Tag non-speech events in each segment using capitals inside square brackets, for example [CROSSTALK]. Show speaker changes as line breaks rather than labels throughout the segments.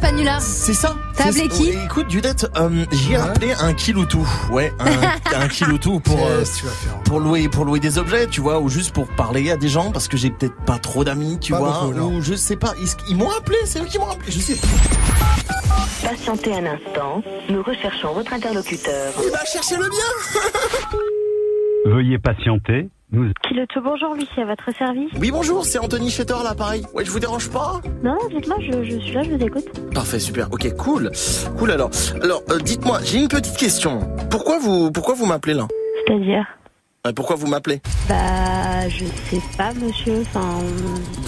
Panula.
C'est ça.
T'as
C'est-
appelé qui
Ouais, Écoute, Judith, euh, j'ai
Hein
appelé un kiloutou. Ouais,
[LAUGHS]
un, un kiloutou pour euh,
Qu'est-ce que tu vas faire
pour louer pour louer des objets, tu vois, ou juste pour parler à des gens parce que j'ai peut-être pas trop d'amis, tu
Pas
vois,
beaucoup, non.
ou je sais pas. Ils, ils m'ont appelé, c'est eux qui m'ont appelé. Je sais. pas.
Patientez un instant, nous recherchons votre interlocuteur.
Eh
Il
ben,
va chercher le bien.
Veuillez patienter. Nous...
Qui le tout bonjour, Lucie, à votre service
Oui, bonjour, c'est Anthony Chetter là, pareil. Ouais, je vous dérange pas
Non, non, dites-moi, je, je suis là, je vous écoute.
Parfait, super. Ok, cool, cool. Alors, alors, euh, dites-moi, j'ai une petite question. Pourquoi vous, pourquoi vous m'appelez là
C'est-à-dire
Euh, Pourquoi vous m'appelez
Bah, je sais pas, monsieur. Enfin,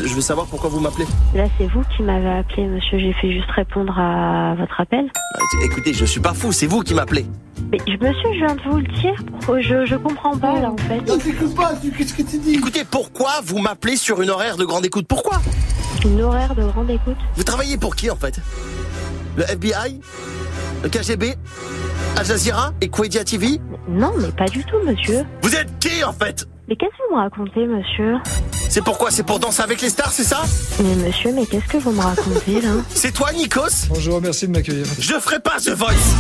Je veux savoir pourquoi vous m'appelez.
là, c'est vous qui m'avez appelé, monsieur. J'ai fait juste répondre à votre appel.
Bah, Écoutez, je suis pas fou, c'est vous qui m'appelez.
Mais je- monsieur, je viens de vous le dire. Pourquoi- Je, je comprends pas, là, en fait.
Non, t'écoutes pas, tu- qu'est-ce que tu dis
Écoutez, pourquoi vous m'appelez sur une horaire de grande écoute Pourquoi
Une horaire de grande écoute.
Vous travaillez pour qui en fait Le FBI Le KGB Al Jazeera Et Quedia TV
Non, mais pas du tout, monsieur.
Vous êtes qui en fait
Mais qu'est-ce que vous me racontez, monsieur
C'est pourquoi C'est pour danser avec les stars, c'est ça
Mais monsieur, mais qu'est-ce que vous me racontez, là
C'est toi, Nikos
Bonjour, merci de m'accueillir.
Je ferai pas ce voice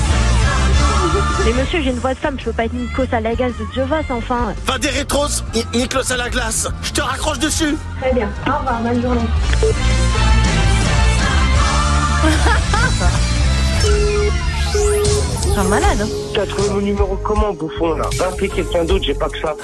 Mais monsieur, j'ai une voix de femme, je peux pas être Nikos à la gaz de Jovas, enfin.
Va des rétros, Ni- Niklos à la glace Je te raccroche dessus
Très bien. Au revoir, bonne journée.
Genre malade.
T'as trouvé mon numéro comment, bouffon, là Va appeler quelqu'un d'autre, j'ai pas que ça.